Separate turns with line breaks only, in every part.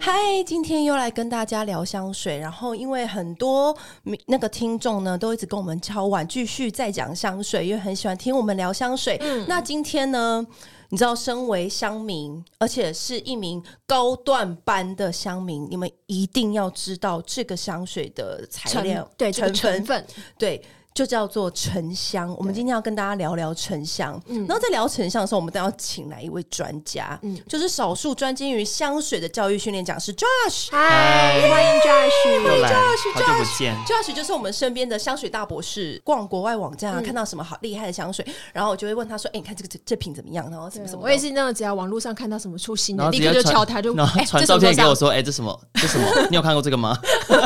嗨，今天又来跟大家聊香水。然后，因为很多民那个听众呢，都一直跟我们敲碗，继续再讲香水，因为很喜欢听我们聊香水。那今天呢，你知道，身为乡民，而且是一名高段班的乡民，你们一定要知道这个香水的材料，
对这
成
个
分，
成分，
对，就叫做沉香。我们今天要跟大家聊聊沉香。
嗯
然后在聊沉香的时候，我们都要请来一位专家，就是少数专精于香水的教育训练讲师 Josh。
嗨，欢迎 Josh，
又来，
Josh，
好久不见。
Josh 就是我们身边的香水大博士，逛国外网站
嗯
啊，看到什么好厉害的香水，然后我就会问他说：“哎、你看这个这这瓶怎么样？”然后什么什么的。
我也是那种只要网络上看到什么出新的，
然后
立
直
刻
接
就
传
敲他，就
然后
哎
传
这什
照
么
片
时
给
候
我说：“哎，这什么？这什么？ 你有看过这个吗
上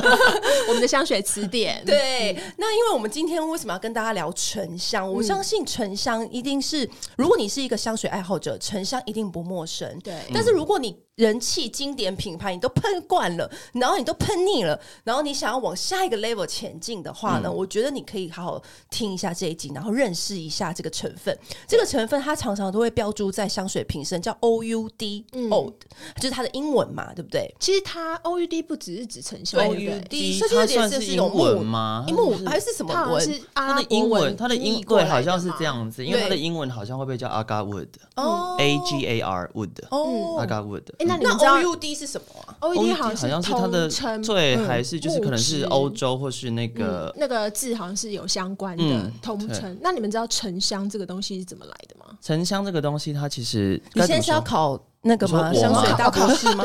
我们的香水词典，
对，那因为我们今天为什么要跟大家聊沉香？
嗯
我相信沉香一定是，如果你是一个香水爱好者，沉香一定不陌生。
对
但是如果你人气经典品牌你都喷惯了，然后你都喷腻了，然后你想要往下一个 level 前进的话呢，
嗯
我觉得你可以好好听一下这一集，然后认识一下这个成分。这个成分它常常都会标注在香水瓶身，叫 OUD，old，、就是
嗯
它的英文嘛，对不对？
其实它 OUD 不只是指成效，对不对？
设计的点是是一种
它算是英文
木
吗
一木还是什么
它好
文？
像是阿
它
拉
的
伯
英文，
文
它的英
译过来
对，好像是这
嘛。
样子，因为
对
它的英文好像会被叫 agar wood，a
哦
g a r wood，agar
哦，
wood。哦
哎，那你
那
们知道
OUD 是什么啊？
OUD
好
像
像是它的
统称
对，
嗯
还是就是可能是
木质嗯
欧洲或是那个
那个字好像是有相关的
嗯
通称。那你们知道沉香这个东西是怎么来的吗？
沉香这个东西，它其实
你
该
现在
怎么
是要
说？
考那个吗？
你说
香
我吗
水大 博士吗？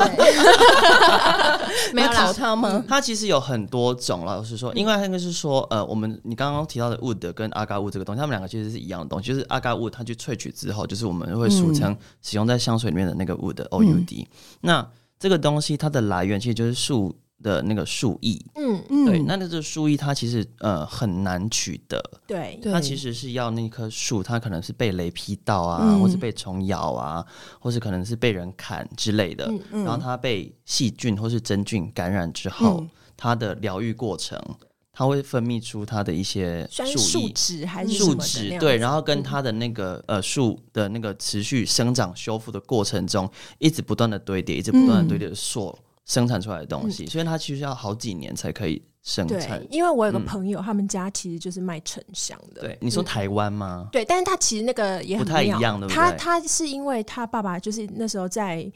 没有
要考
啦，
他吗？
它其实有很多种，老实说，因为那个是说，呃，我们你刚刚提到的 wood 跟 agar wood 这个东西，它们两个其实是一样的东西，就是 agar wood 它去萃取之后，就是我们会俗称使用在香水里面的那个 wood o u d。那这个东西它的来源其实就是树的那个树液，
嗯，
对，那这个树液它其实呃很难取得，
对，
对
它其实是要那棵树，它可能是被雷劈到啊，
嗯
或是被虫咬啊，或是可能是被人砍之类的，
嗯
然后它被细菌或是真菌感染之后，
嗯
它的疗愈过程，它会分泌出它的一些
算是
树
树
液。
脂还是什
树
么的那
脂
样
对，
子嗯
然后跟它的那个呃树的那个持续生长修复的过程中，一直不断的堆叠，一直不
嗯
断的堆叠所生产出来的东西，所以它其实要好几年才可以生产
对，。因为我有个朋友，他们家其实就是卖沉香的。
嗯对，你说台湾吗？
对，但是他其实那个也很
不太一
妙
样对不
他
对
他是因为他爸爸就是那时候在。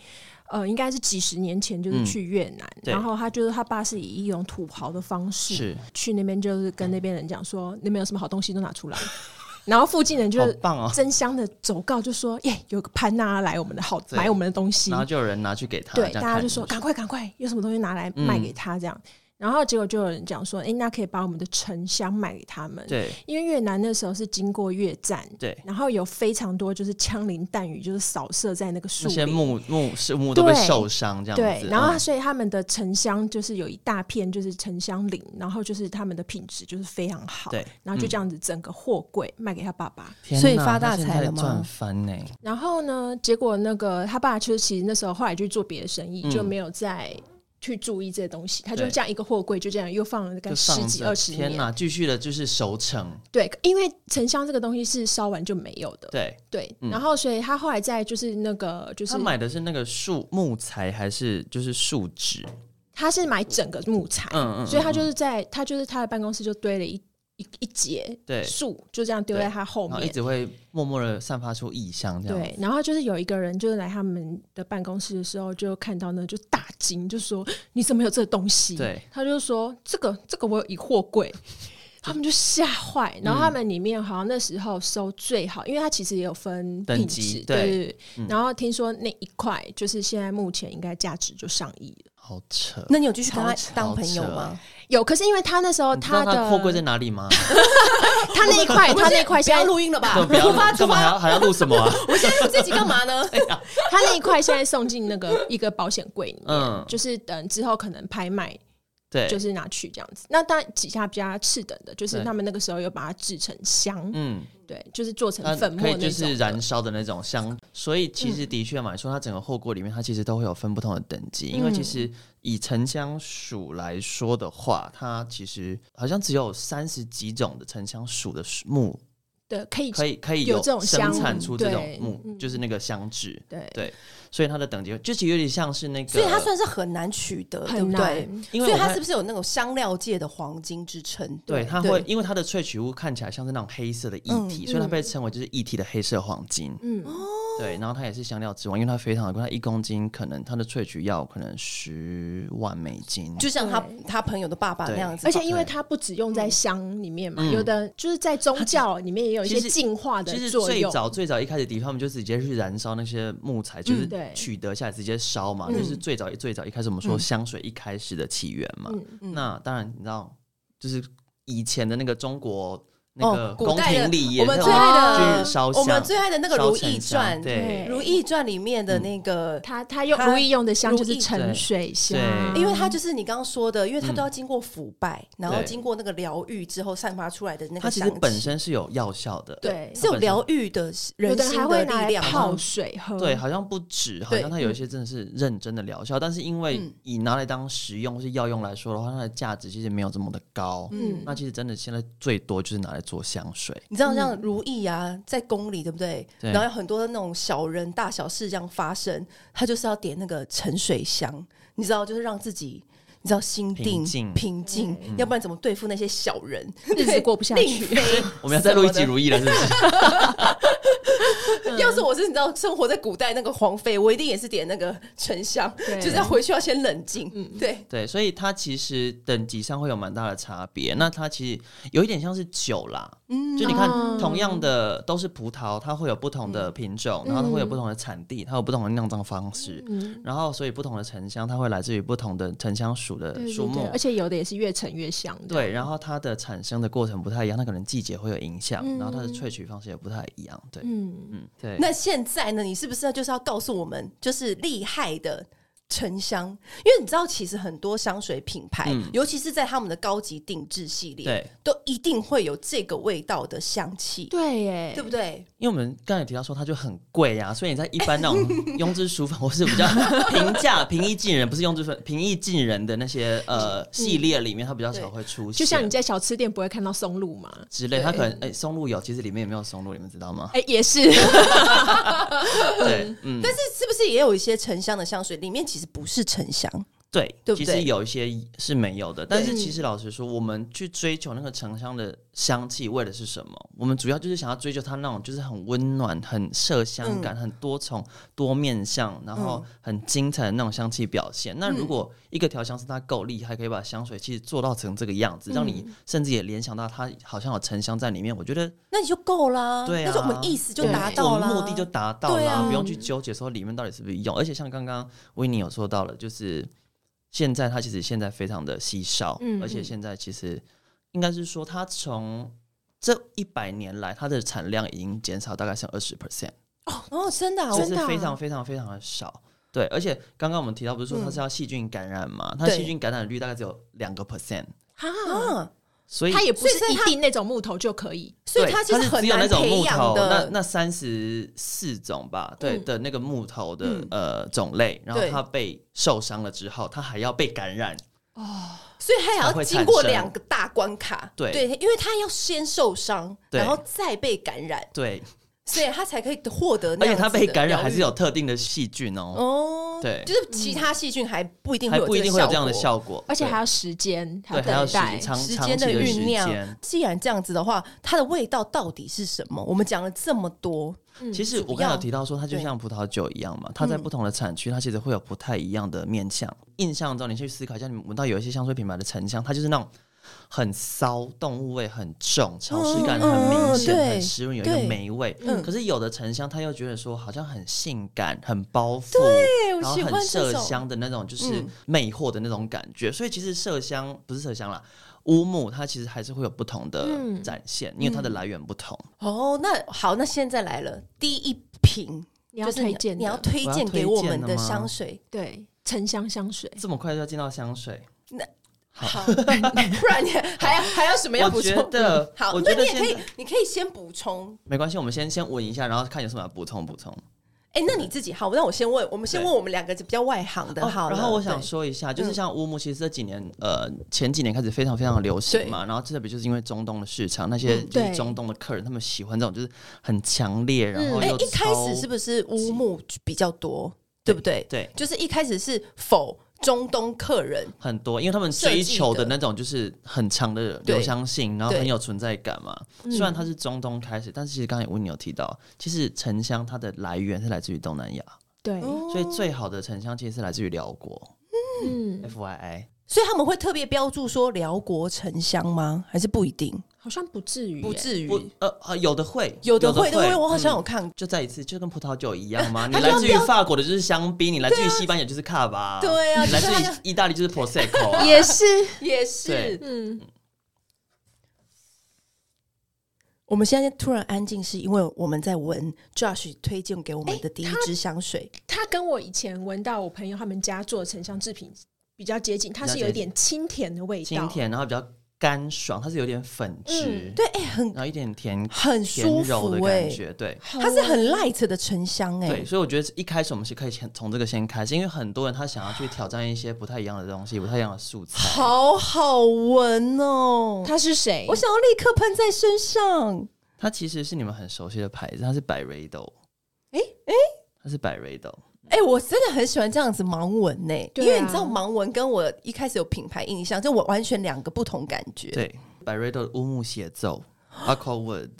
呃，应该是几十年前，就是
嗯
去越南，
对
然后他就是他爸是以一种土豪的方式
是
去那边，就是跟那边人讲说，那边有什么好东西都拿出来， 然后附近人就
好
是
棒哦！
争相的走告，就说耶，有个潘娜来我们的好
对
买我们的东西
然，后就有人拿去给他，
对，
这
大
样
家
看
就说赶快赶快，有什么东西拿来卖给
嗯
他这样。然后结果就有人讲说，哎、那可以把我们的沉香卖给他们。
对
因为越南那时候是经过越战，
对
然后有非常多就是枪林弹雨，就是扫射在那个树
那些
林。
木木是木都被
对
受伤这样
对
子，，
然后
嗯
所以他们的沉香就是有一大片就是沉香林，然后就是他们的品质就是非常好，
对嗯
然后就这样子整个货柜卖给他爸爸。
天
所以
哪
发大
他现
财
在
了吗
赚翻呢，
然后呢，结果那个他爸就是其实那时候后来去做别的生意，
嗯
就没有再去注意这些东西，他就
对
这样一个货柜就这样又放了大概
就
十
上
几
着
二十
天
年。
哪，继续的就是熟成，
对，因为沉香这个东西是烧完就没有的。
对
对，
嗯
然后所以他后来在就是那个呃就是
他买的是那个树木材还是就是树脂？
他是买整个木材，
嗯嗯，
所以他
嗯
就是在他就是他的办公室就堆了一一一节
对
树，就这样丢在他后
然后一
面。
直会默默的散发出异香这样
对，然后就是有一个人就是来他们的办公室的时候，就看到呢就大惊，就说你怎么有这东西？
对，
他就说这个这个我有一货 柜。他们就吓坏，然
嗯
后他们里面好像那时候收最好，因为它其实也有分
等
品
级
质，
对嗯
对对对。然后听说那一块就是现在目前应该价值就上亿了。
好扯。
那你有继续跟他
超扯
当朋友吗？
有，可是因为他那时候
你知道
的
他货柜在 哪里吗？
他那一块，他那一块
不
现
要
在，
录音了吧？
都不要
出发，出
干嘛还
发！
要还要录什么啊？
我现在录这集干嘛 呢？
他那一块现在送进那个一个保险柜里面，
嗯
就是等之后可能拍卖
对，
就是拿去这样子。那当然几下比较次等的，就是
对
他们那个时候有把它制成香，
嗯，
对，就是做成
它
粉末那
可以
种
就
的。嗯
是燃烧的那种香，所以其实的确嘛，你说它整个货柜里面，它其实都会有分不同的等级，因为其
嗯
实以沉香属来说的话，它其实好像只有三十几种的沉香属的木
对，可以
可以可以
有这种
生
香
产出这种
对嗯
木，就是那个香质，
对
对，所以它的等级就其实有点像是那个，
所以它算是很难取得，对
很
不对？
难。
因
所
为
以
我
它
看
是不是有那种香料界的黄金之称？
对，它
对
会因为它的萃取物看起来像是那种黑色的液体，所以它被称为就是液体的黑色黄金。
嗯，
哦
对，然后它也是香料之王，因为它非常的贵，它一公斤可能它的萃取要可能十万美金。
就像他
对
他朋友的爸爸那样子吧，
而且因为
对
它不只用在香里面嘛，
嗯
有的就是在宗教里面也有一些
其实
净化的
其实
作
最
用。
早最早一开始的确，他们就直接去燃烧那些木材，
嗯
就是
对
取得下来直接烧嘛，就是最早最早一开始我们说
嗯
香水一开始的起源嘛。
嗯，
那当然你知道，就是以前的那个中国那个
哦古
宫
代的
廷里也
我们
那
最
种
爱的
军烧香，
我们最爱的那个《
烧
如
沉
懿
香
传》，
对
《如懿传》里面的那个，
它它用
它
如意用的香就是
如意
沉水香，
对
因为它就是你刚刚说的，因为它
嗯
都要经过腐败，然后
对
经过那个疗愈之后散发出来的那
它
个
其
香
实
气，
本身是有药效的，
对
是有疗愈的
有
人
的
心
还
的
会拿
力
来
量
泡
嘛。
水喝。
对，好像不止，好
对
像它有一些真的是认真的疗效，但是因为
嗯
以拿来当食用或是药用来说的话，它的价值其实没有这么的高。
嗯
那其实真的现在最多就是拿来做香水，
你知道像
嗯
如意啊，在宫里对不对？
对
然后有很多那种小人大小事这样发生，他就是要点那个沉水香，你知道，就是让自己你知道心定
平静
平静，要不然怎么对付那些小人？
日子过不下去
对。令妃
我们要再录一集
什么的
如意了，是 不是？
嗯
要是我是你知道生活在古代那个皇妃，我一定也是点那个沉香，
对嗯
就是要回去要先冷静。对，
对，所以它其实等级上会有蛮大的差别。那它其实有一点像是酒啦，
嗯
就你看
哦，
同样的都是葡萄，它会有不同的品种，然后它会有不同的产地，它有不同的酿造方式，然后所以不同的沉香，它会来自于不同的沉香属的
对
树
对对
木，
而且有的也是越沉越香的。
对，然后它的产生的过程不太一样，它可能季节会有影响，然后它的萃取方式也不太一样。对，
嗯，
嗯，对。
那现在呢？你是不是就是要告诉我们，就是厉害的沉香？因为你知道，其实很多香水品牌，尤其是在他们的高级定制系列，
嗯对，
都一定会有这个味道的香气，
对耶，
对不对？
因为我们刚才提到说它就很贵呀、所以你在一般那 种庸脂俗粉或是比较平价、平易近人，不是庸脂粉，平易近人的那些呃系列里面，它比较少会出
嗯
现。
就像你在小吃店不会看到松露嘛？
之类，它可能哎、松露有，其实里面也没有松露，你们知道吗？
哎，也是，
对， 嗯，
但是是不是也有一些沉香的香水，里面其实不是沉香？
对，
对不
其
对
实有一些是没有的，但是其实老实说，我们去追求那个沉香的香气，为的是什么？我们主要就是想要追求它那种就是很温暖、很麝
嗯
香感、很多重、多面相，然后很精彩的那种香气表现。那
嗯
如果一个调香师他够厉害，可以把香水其实做到成这个样子，
嗯
让你甚至也联想到它好像有沉香在里面。我觉得
那你就够啦，
对啊
那就我们意思就
对
达
我
到
们
啦，
目的就达到
对
了，
啊
不用去纠结说里面到底是不是用。而且像刚刚维尼有说到了，就是现在它其实现在非常的稀少，
嗯
而且现在其实应该是说它从这一百年来它的产量已经减少大概剩二十 percent，
哦，真的、啊，
这
我
是
真的啊
非常非常非常的少。对，而且刚刚我们提到不是说它是要细菌感染嘛，它
嗯对
细菌感染率大概只有两个 percent，
哈，
嗯
啊，
所以
它也不是
所以
一
它
定那种木头就可以。
所以
对
它其
它
实
是
很
只有那
难
种
培
木
养
头，那
的。
那三十四种吧，对、
嗯
的那个木头的、
嗯
呃种类，然后
对
它被受伤了之后，它还要被感染，
所以它也
才
要
会
经
产
过
生
两个大关卡，
对
因为它要先受伤，
对
然后再被感染，
对，
所以它才可以获得那
而
样子的疗愈。
且它被感染还是有特定的细菌哦，
哦，
对
就是其他细菌还不一定会
还
有
不一定会有这样的
效
效果，
而且
对
还要时间，
对还要
等待
时。长
果。时
长
间
期
的
的时
酝酿
间，
既然这样子的话，它的味道到底是什么？我们讲了这么多，
其实我
主要
刚才有提到说，它就像葡萄酒一样嘛，它
嗯
在不同的产区，它其实会有不太一样的面相。印象中，你去思考一下，你们闻到有一些香水品牌的沉香，它就是那种很骚，动物味很重，潮湿感很明
嗯
显，
嗯嗯对
很湿润，有一个
对
霉味。
嗯
可是有的沉香，它又觉得说好像很性感、很包覆，
我
然后
喜
很
欢这
麝
种
香的那种，就是
嗯
魅惑的那种感觉。所以其实麝香不是麝香啦。乌木它其实还是会有不同的
嗯
展现，因为它的来源不同。
哦，那好，那现在来了，第一瓶
你要
就是
推荐的，
你要推
我要
荐
推
给我
荐
们
的
的
吗
香水，
对沉香香水，
这么快就要进到香水，
好， 不然你还要还要什么要补
我觉
充？嗯
得
好，
我
那
觉
你
得
也可
现
以
在，
你可以先补充。
没关系，我们先先闻一下，然后看有什么要补充补充。
哎、那你自己好，那我先问，我们先
对
问我们两个比较外行的，
哦
好了、
然后我想
对，嗯
说一下，就是像乌木，其实这几年呃前几年开始非常非常流行
对嗯
嘛，然后特别就是因为中东的市场，那些就
对
是中东的客人，他们喜欢这种就是很强烈，然后
哎、
又
一开
超
始是不是乌木比较多，对不对？
对
就是一开始是否中东客人，
很多，因为他们
设计
追求的
的
那种就是很强的
对
流香性，然后
对嗯
很有存在感嘛。虽然它是中东开始，但是其实刚才温妮有提到，其实沉香它的来源是来自于东南亚，
对，
所以最好的沉香其实是来自于辽国。
嗯，
F Y I，
所以他们会特别标注说辽国沉香吗？还是不一定？
好像不至于耶，
不至于，
不呃呃有的会，
有的
的
会，对，我好像
嗯
有看。
就再一次，就跟葡萄酒一样 吗？你来自于法国的就是香槟，你来自于西班牙就是卡巴，
啊对啊
你来自
就是它
于意大利就是 prosecco 啊。
也是，
也
对
是，
嗯，
我们现在突然安静，是因为我们在闻 Josh 推荐给我们的
哎
第一支香水，
它跟我以前闻到我朋友他们家做的沉香制品比较接近，它是有一点清甜的味道，
清甜，然后比较干爽，它是有点粉质，
对，哎、很
然后一点甜
很舒
甜柔的
服、
感
哎，
觉，对。
好
它是
闻
很 light 的沉香、哎
对，，所以我觉得一开始我们是可以先从这个先开始，因为很多人他想要去挑战一些不太一样的东西，不太一样的素材。
好好闻哦、
他是谁？
我想要立刻喷在身上。
它其实是你们很熟悉的牌子，它是百瑞豆，
诶
诶，它是百瑞豆，
哎、我真的很喜欢这样子盲文呢、
对啊
因为你知道盲文跟我一开始有品牌印象，就我完全两个不同感觉。
对，百瑞豆的乌木协奏 a c o Wood，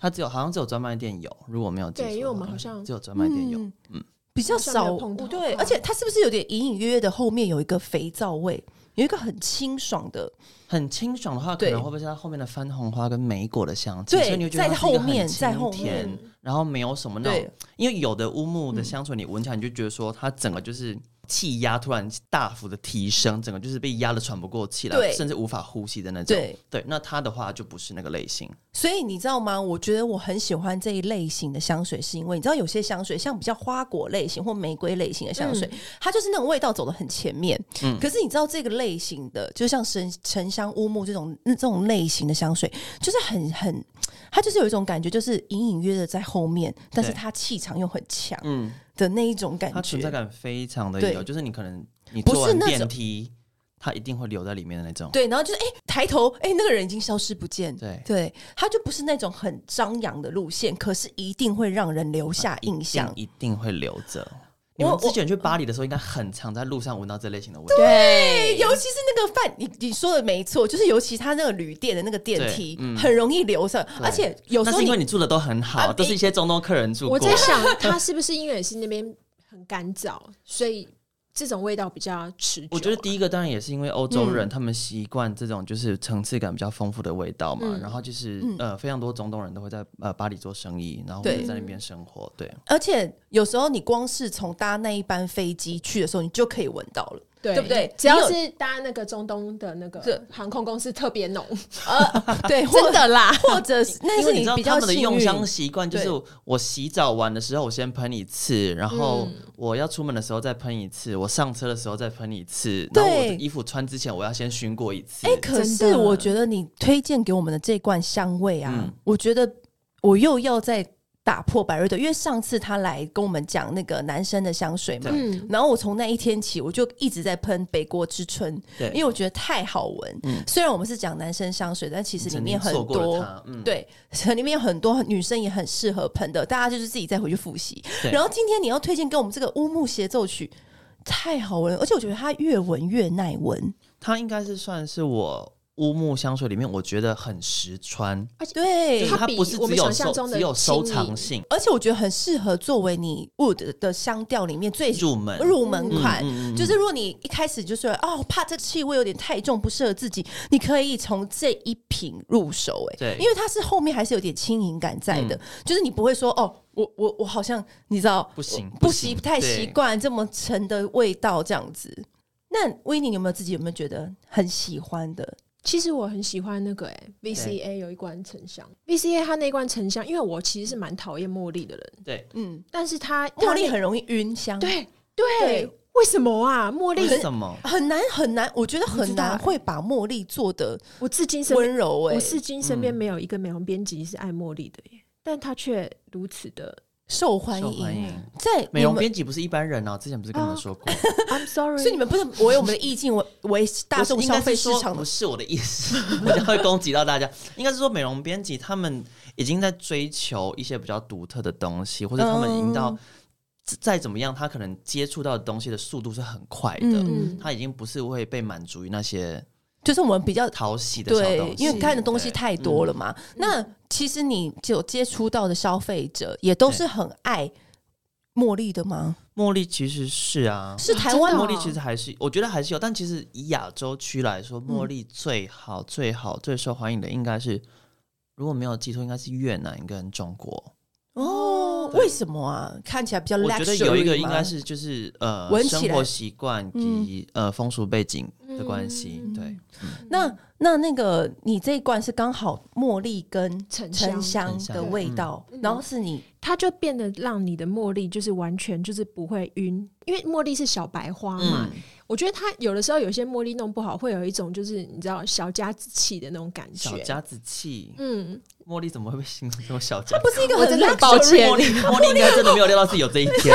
它只有好像只有专卖店有，如果没有记错的话，
对因为我们好像
只有专卖店有。
嗯比较
好像没
少
有碰到
对，
嗯
而且它是不是有点隐隐约约的后面有一个肥皂味，有一个很清爽的，
很清爽的话，可
对
能会不会是它后面的番红花跟莓果的香气？
对
所以你会觉得它
在
是一个
后面
很
在后
清甜
面，
然后没有什么那
对
种，因为有的乌木的香水，你闻起来你就觉得说它整个就是。气压突然大幅的提升，整个就是被压的喘不过气
对
来，甚至无法呼吸的那种。
对，
那它的话就不是那个类型。
所以你知道吗？我觉得我很喜欢这一类型的香水，是因为你知道有些香水像比较花果类型或玫瑰类型的香水，
嗯
它就是那种味道走的很前面。可是你知道这个类型的，就像沉沉香乌木这种这种类型的香水，就是很很，它就是有一种感觉，就是隐隐约的在后面，但是
对
它气场又很强
嗯，
的那一种感
它存在
觉。
感非常的
对
有，就是你可能你
不
坐
是
完
那种
电梯，它一定会留在里面的那种。
对，然后就是哎、抬头哎、那个人已经消失不见。
对
对，它就不是那种很张扬的路线，可是一定会让人留下啊印象。
啊一定会留着。你
我
们之前去巴黎的时候，应该很常在路上闻到这类型的味道。
对，啊尤其是那个饭，你你说的没错，就是尤其他那个旅店的那个电梯，很容易流上，而且有时
那
候
是因为
你
你住的都很好，
啊
都是一些中东客人住过
我。在想，它是不是因为也是那边很干燥，所以这种味道比较持久啊？
我觉得第一个当然也是因为欧洲
嗯
人他们习惯这种就是层次感比较丰富的味道嘛，
嗯
然后就是呃非常多中东人都会在呃巴黎做生意，然后
对
会在那边生活。对，
而且有时候你光是从搭那一班飞机去的时候，你就可以闻到了，
对
对不对
只要是搭那个中东的那
这
个航空公司特 别浓，
呃对，或
真的啦。
或者是那
因
是
为你知道
比
他
较
们的
幸
用
运。
香习惯就
对
是我洗澡完的时候我先喷一次，然后
嗯
我要出门的时候再喷一次，我上车的时候再喷一次，然后我的
对
衣服穿之前我要先熏过一次。
哎、可
真
是
的
我觉得你推荐给我们的这罐香味啊，
嗯
我觉得我又要再打破百瑞德，因为上次他来跟我们讲那个男生的香水嘛，
嗯，
然后我从那一天起，我就一直在喷北国之春，
对嗯
因为我觉得太好闻。虽然我们是讲男生香水，但其实里
曾
面
经
很
错过了
多，
它，嗯，
对，里面有很多女生也很适合喷的，大家就是自己再回去复习。
对
然后今天你要推荐给我们这个乌木协奏曲，太好闻了，而且我觉得它越闻越耐闻。
它应该是算是我乌木香水里面我觉得很实穿，
对
就
它
是它
比
不是
我们
只有
想象
收
中的
只有收
轻
藏
盈
性
而且我觉得很适合作为你 wood 的香调里面最
入门。
入门款，
嗯嗯嗯
就是如果你一开始就说哦，怕这气味有点太重，不适合自己，你可以从这一瓶入手、哎，
对嗯
因为它是后面还是有点轻盈感在的，就是你不会说哦，我我我好像你知道
不行
我
不
不习
行
不太
对
习惯这么沉的味道这样子。那威尼，你有没有自己有没有觉得很喜欢的？
其实我很喜欢那个哎、v c a 有一罐沉香，VCA 它那一罐沉香，因为我其实是蛮讨厌茉莉的人，
对，
嗯，
但是它
茉莉
它
很容易晕香，
那对
对
对，为什么啊？茉莉
为，什么？
很难很难，我觉得
不
很
知道
难
欸
会把茉莉做的
我至今身边
温柔哎、
我至今身边没有一个美容编辑是爱茉莉的耶，但她却如此 的
受欢
受
迎，
欢迎。
在
美容
你们
编辑不是一般人啊，之前不是跟你们说过？
，I'm sorry，
所以你们不是我有我们的意境为为大众
我是应
消
该是
费市
说
场的
不是我的意思， 我就会攻击到大家。应该是说美容编辑他们已经在追求一些比较独特的东西，或者他们已经到、
嗯
再怎么样，他可能接触到的东西的速度是很快的，
嗯
他已经不是会被满足于那些
就是我们比较
讨喜的小
对
东，西，
因为看的东西
对嗯
太多了嘛。那其实你有接触到的消费者也都是很爱茉莉的吗？
茉莉其实是啊，
是台湾
真的
茉
哦
莉其实还是，我觉得还是有，但其实以亚洲区来说，
嗯
茉莉最好、最好、最受欢迎的应该是，如果没有记错，应该是越南跟中国。
哦，为什么啊？看起来比较 luxury
我
吗，
觉得有一个应该是就是呃
闻，起来
生活习惯及、呃风俗背景的关系。
嗯
对，
那那那个你这一罐是刚好茉莉跟
沉
沉
香，
香的味
嗯
道，然后是你
它就变得让你的茉莉就是完全就是不会晕，因为茉莉是小白花嘛。
嗯，
我觉得它有的时候有些茉莉弄不好，会有一种就是你知道小家子气的那种感觉
小。家子气，
嗯，
茉莉怎么会被形容这种小家子
不是一个
我
很
真的
luxury
很抱歉
气？茉莉，茉莉应该真的没有料到自己有这一天。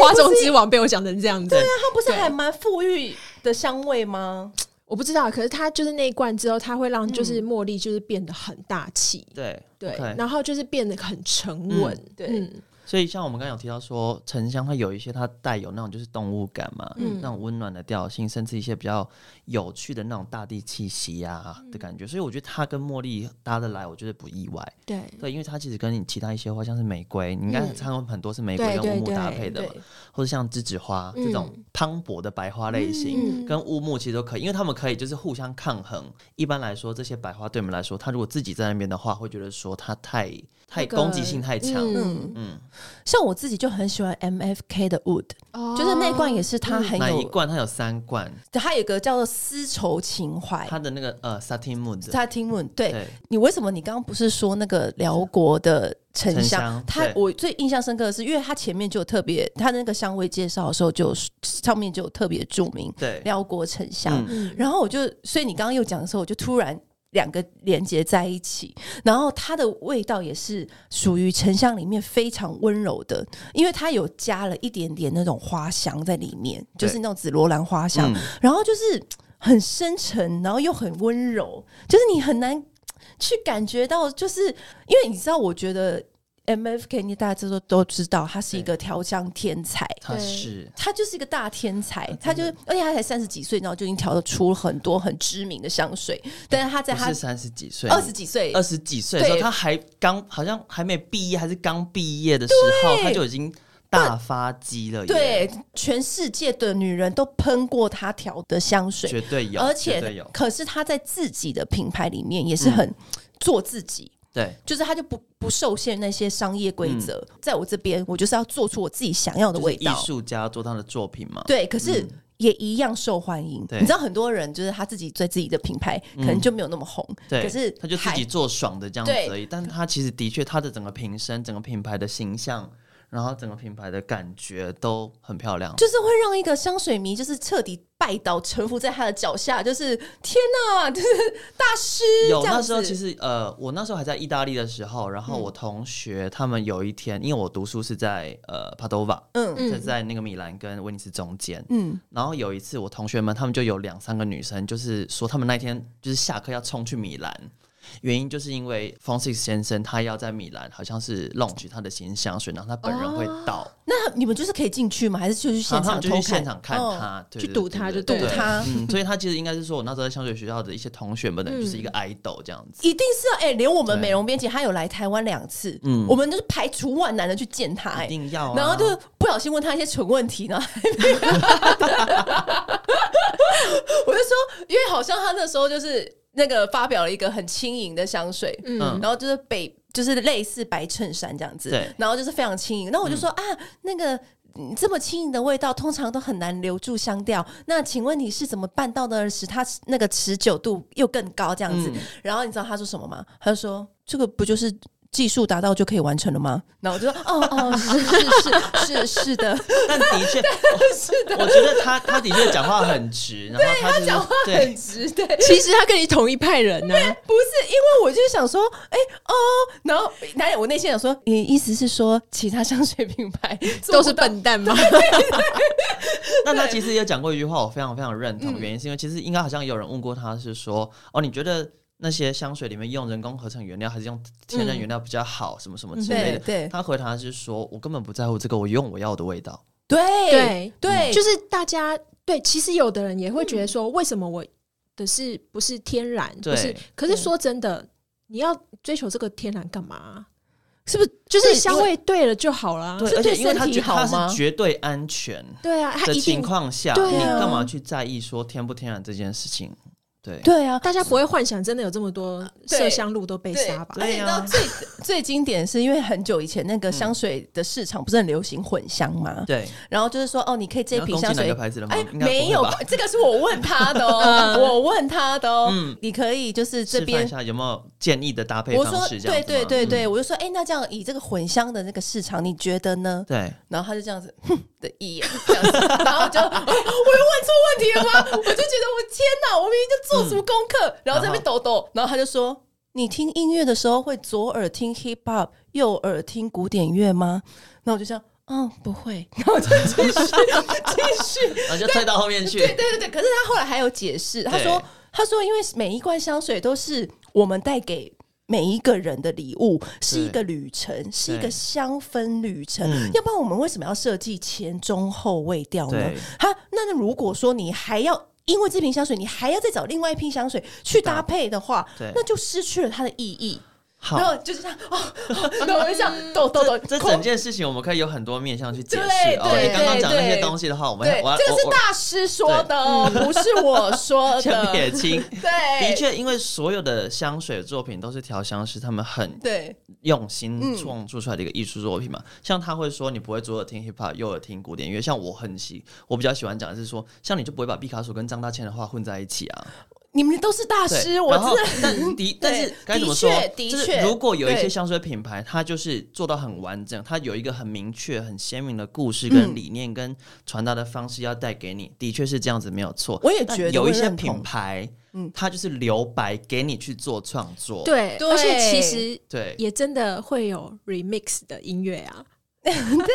花中之王被我讲成这样子，
它不是还蛮富裕的香味吗？
我不知道。可是它就是那一罐之后，它会让就是茉莉就是变得很大气，
对
对
嗯 OK
然后就是变得很沉稳，
对
嗯
所以，像我们刚刚有提到说，沉香它有一些它带有那种就是动物感嘛，
嗯
那种温暖的调性，甚至一些比较有趣的那种大地气息呀、的感觉。所以我觉得它跟茉莉搭得来，我觉得不意外。
对
对，因为它其实跟你其他一些花，像是玫瑰，你应该看过很多是玫瑰
对
跟乌木
对
搭
对
配的嘛，
对
或者像栀子花、
嗯
这种磅礴的白花类型。
嗯
跟乌木其实都可以，因为它们可以就是互相抗衡。一般来说，这些白花对我们来说，它如果自己在那边的话，会觉得说它太太
那个
攻击性太强。
嗯，
嗯，
像我自己就很喜欢 MFK 的 Wood，
嗯
哦
就是那罐也是它
嗯
很
哪一
有，
罐？它有三罐，
它有一个叫做丝绸情怀。
它的那个呃 satin moon 的，
它听闻对
对，
你为什么你刚刚不是说那个辽国的沉
沉
香
香？
它
对
我最印象深刻的是，因为它前面就有特别，它那个香味介绍的时候就有上面就有特别注明
对
辽国沉香，
嗯
嗯
然后我就，所以你刚刚又讲的时候，我就突然两个连接在一起，然后它的味道也是属于沉香里面非常温柔的，因为它有加了一点点那种花香在里面，就是那种紫罗兰花香，
嗯
然后就是很深沉，然后又很温柔，就是你很难去感觉到，就是因为你知道，我觉得 M F K 你大家都都知道，他是一个调香天才。
它是
他就是一个大天才，
啊
他就是，而且他才三十几岁，然后就已经调出了很多很知名的香水。但是他在
不
他
是三十几岁？
二十几岁，
二十几岁的时候，
对
他还刚好像还没毕业，还是刚毕业的时候，他就已经大发机了耶，
对全世界的女人都喷过他调的香水，
绝对有，
而
绝
且
对有，嗯
可是他在自己的品牌里面也是很做自己，
对
就是他就不不受限那些商业规则。在我这边，我就是要做出我自己想要的
嗯就是
味
艺
道。
术家做他的作品嘛，
对，可是也一样受欢迎。
对
你知道很多人就是他自己在自己的品牌可能就没有那么红，
嗯对，
可是
他就自
还
己做爽的这样子
对
而已。但他其实的确，他的整个瓶身、整个品牌的形象，然后整个品牌的感觉都很漂亮。
就是会让一个香水迷就是彻底拜倒，臣服在他的脚下，就是天哪，就是大师
有
这样
那
子。嗯
时候其实呃，我那时候还在意大利的时候，然后我同学他们有一天，因为我读书是在呃帕多瓦，
嗯
是在那个米兰跟威尼斯中间。
嗯，
然后有一次，我同学们他们就有两三个女生，就是说他们那天就是下课要冲去米兰，原因就是因为 f o n s i 先生他要在米兰好像是 launch 他的新香水，然后他本人会到，
那你们就是可以进去吗？还是就去哦现
然后
场
他们
偷
就
看？
去现场看
哦
他，对
去
对
堵
对
他
对
就
对
堵
对
他
嗯，所以他其实应该是说我那时候在香水学校的一些同学们，就是一个
嗯
idol 这样子。
一定是要哎、连我们
对
美容编辑他有来台湾两次，
嗯
我们就是排除万难的去见他、
一
哎，
定要、啊，
然后就不小心问他一些蠢问题，然后还被 我就说，因为好像他那时候就是那个发表了一个很轻盈的香水，
嗯
然后就是北，就是类似白衬衫这样子，
对
然后就是非常轻盈。那我就说、啊，那个嗯这么轻盈的味道，通常都很难留住香调。那请问你是怎么办到的，使它那个持久度又更高这样子？
嗯
然后你知道他说什么吗？他就说这个不就是技术达到就可以完成了吗？然后我就说，哦哦，是是是是是的，
但的 确，我我觉得他他的确讲话很直，然后他就是
很
嗯对，
直对。
其实他跟你同一派人啊呢、
不是，因为我就想说，哎、哦，然后男人，我内心想说，你意思是说其他香水品牌
都是笨蛋吗？
那他其实也讲过一句话，我非常非常认
嗯
同，原因是因为其实应该好像有人问过他是说，哦，你觉得？那些香水里面用人工合成原料还是用天然原料比较好，什么什么之类的。
嗯对对
他回答是说，我根本不在乎这个，我用我要的味道。
对
对嗯
对，
就是大家对，其实有的人也会觉得说，为什么我的是不是天然？
对
不是，可是
对
说真的，你要追求这个天然干嘛？
是不是
就是
对
香味对了就好啦。
对，
这
而且
对
因为他
身体
觉得他
好吗
是绝对安全
对啊，他
的
一
情
定，
况下，
对啊
你干嘛去在意说天不天然这件事情？对，
对啊，
大家不会幻想真的有这么多
对
麝香鹿都被
对
杀吧？
啊
而且你知道最最 经典是因为很久以前那个香水的市场不是很流行混香吗？
嗯对，
然后就是说，哦，你可以
你
这
要
瓶
攻
香
击哪
水
个。牌子的吗？
哎，
应该不会
没有
吧，
这个是我问他的
嗯
哦， 我问他的哦。你可以就是这
嗯示范
边
一，下有没有建议的搭配
我
方
说
式？这
对
样子吗
对对对，
嗯
我就说，哎，那这样以这个混香的那个市场，你觉得呢？
对，
然后他就这样子，哼的一眼， 这样子，然后就、 啊我又问错问题了吗？我就觉得我天哪，我明明就做足功课，然后在那边抖抖，然后他就说：“你听音乐的时候会左耳听 hip hop，右耳听古典乐吗？”然后我就这样，嗯，不会， 然后我就继续继续，
然啊后就退到后面去。
对对对。可是他后来还有解释，他说
对
他说因为每一罐香水都是我们带给。每一个人的礼物是一个旅程，是一个香氛旅程。
嗯
要不然我们为什么要设计前中后味调呢
对？
哈，那如果说你还要因为这瓶香水，你还要再找另外一瓶香水去搭配的话
对，
那就失去了它的意义。
好
然，后就是这样，哦，哦然后我就这样抖抖抖，
这
口
整件事情我们可以有很多面向去解
对
释哦。
对
你刚刚讲那
对
些
对
东西的话，我们
对，
我要
这个是
我
大师说的哦，不是我说
我先
的。
撇清。
对，
的确，因为所有的香水作品都是调香师他们很
对
用
嗯
心创作出来的一个艺术作品嘛。像他会说，你不会左耳听 hip hop，右耳听古典乐。像我很喜，我比较喜欢讲的是说，像你就不会把毕卡索跟张大千的话混在一起啊。
你们都是大
对，
师，我
然后
真 的
但的但是
对
该
的
怎么说
确？的
就是
确
如果有一些
对
香水品牌，它就是做到很完整，它有一个很明确、很鲜明的故
嗯
事跟理念跟传达的方式要带给你，的确是这样子，没有错。
我也
但
觉得
有
我
一些
认同嗯
品牌，它就是留白给你去做创作。
对，
对
而且其实
对，
也真的会有 remix 的音乐啊，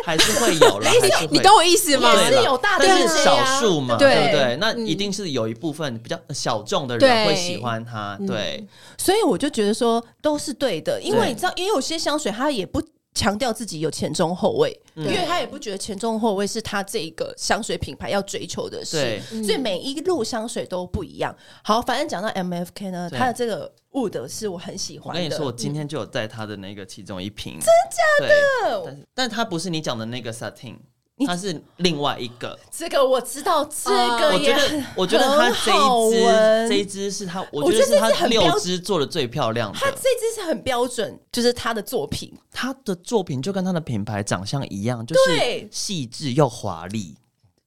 还是会有 啦，还是会
你懂我意思吗？
也
对
是
啦
有大
但
众
是
的啊
少
呀
数嘛，
对
对不对？那
嗯
一定是有一部分比较小众的
对
人会喜欢它，
嗯
对，
所以我就觉得说都是对的，因为
对
你知道，也有些香水它也不。强调自己有前中后卫，
嗯
因为他也不觉得前中后卫是他这一个香水品牌要追求的事
对，
所以每一路香水都不一样。好，反正讲到 MFK 呢，
对
它的这个 Wood 是我很喜
我
欢的。
跟你说，我今天就有带他的那个其中一瓶，真假的？但是但它不是你讲的那个 satin，它是另外一个。
这个我知道，这个
啊我
也
觉得
很、，
我觉得它这
很好
一
闻
支，这一支是它，
我
我
觉
觉
得
得是它
这支很标
六支做的最漂亮的。
它这支是很标准，就是他的作品。
它的作品就跟它的品牌长相一样，就是
对
细致又华丽。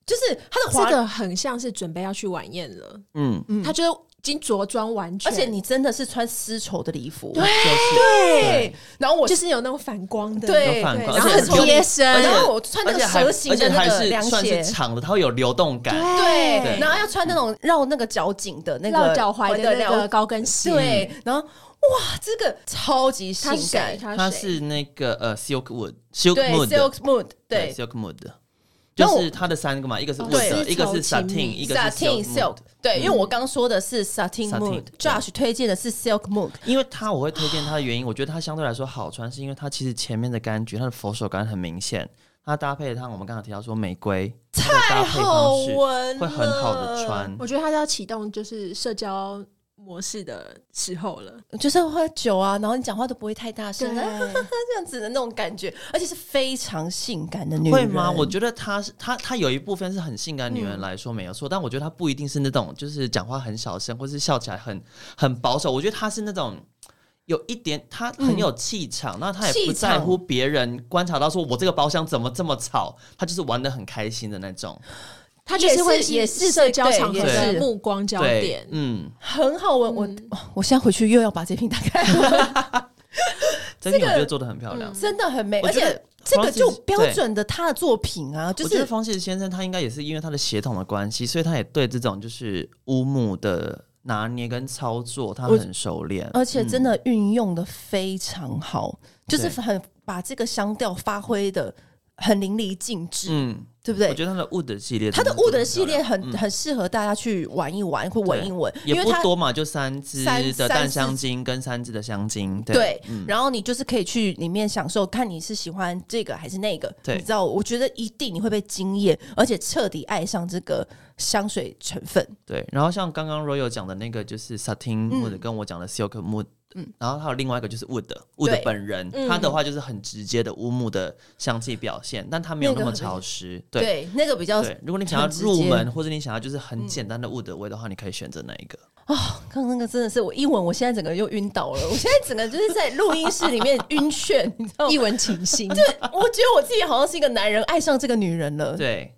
就是它的
这
华，
个很像是准备要去晚宴了，
嗯，
他就是已经着装完全，
而且你真的是穿丝绸的礼服，
就是
对，然后我
就是有那种反光的，
对
有反光
然后
而且
很
很
贴
贴
身，
然
然
后
后
我穿那
而
个
且还
蛇
而
形
且
的那
还
个
是
凉
算
鞋
是，长的，它会有流动感。
对，
对
然后要穿那种绕那个脚颈的那个
绕脚踝的那
绕
个，高跟鞋，嗯
对，然后哇，这个超级性
他是谁
感？，
他
它
谁？
是那个呃 silk wood silk
对
mood
，Silk Mood，
对
对
silk mood 的，
然后
就
我
是它的三个嘛，一个是
哦
wood，
对
一个是
丝绸琴
satin，
面
一个是
，Satin Silk
mood。。嗯
对，因为我刚说的是 Satin
Satin，对
Mood，Josh 推荐的是 Silk Mood，
因为它我会推荐它的原因，我觉得它相对来说好穿，是因为它其实前面的柑橘，它的佛手柑很明显，它搭配它我们刚刚提到说玫瑰，它的
太
搭配
好
方式
闻了，啊
会很好的穿
我。觉得他是要启动就是社交模式的时候了，
就是喝酒啊，然后你讲话都不会太大声，
对
然后 这样子的那种感觉，而且是非常性感的女人。
会吗？我觉得她是她，她有一部分是很性感女人来说没有错，但我觉得她不一定是那种就是讲话很小声，或是笑起来很很保守。我觉得她是那种有一点，她很有气场，那她也
气
不
场
在乎别人观察到说我这个包厢怎么这么吵，她就是玩的很开心的那种。
他就是会
也是也是
社交场合
对
也
的
是
目光焦
对
点，，
嗯，
很好闻，我我现在回去又要把这瓶打开。嗯
这个我觉得做的很漂亮。
真的很美，
我
而
觉得
且这个
Francis-
就标
对
准的他的作品啊，就
我觉得
是
方世先生他应该也是因为他的血统的关系，所以他也对这种就是乌木的拿捏跟操作，他
我
很熟练。
而且真的运用的非常好，就是
嗯对
很把这个香调发挥的很淋漓尽致，
嗯，
对不
我
对？
觉得他的 Wood 系列
它
真
的
做得
Wood
很漂亮，
系列很、
嗯
很适合大家去玩一玩或闻一闻，因
也
为
不
它
多嘛，就三支
三
的
三
淡
支
香精跟三支的香精。
对，
嗯，
然后你就是可以去里面享受，看你是喜欢这个还是那个。
对
你知道，我觉得一定你会被惊艳，而且彻底爱上这个香水成分。
对。然后像刚刚 Royal 讲的那个就是 Satin
嗯
Wood，、跟我讲的 Silk Wood。嗯，然后还有另外一个就是 Wood Wood
对
本人，
嗯
他的话就是很直接的乌木的香气表现，但他没有
那
那
个
么
很
潮湿。对，
对，那个比较
对，如果你想要
很直
入
接嗯
门，或者你想要就是很简单的物的味的话，你可以选择哪一个？
刚刚那个真的是我一闻，我现在整个又晕倒了。我现在整个就是在录音室里面晕眩，你知道吗
一？闻 情心，
我觉得我自己好像是一个男人爱上这个女人了。
对，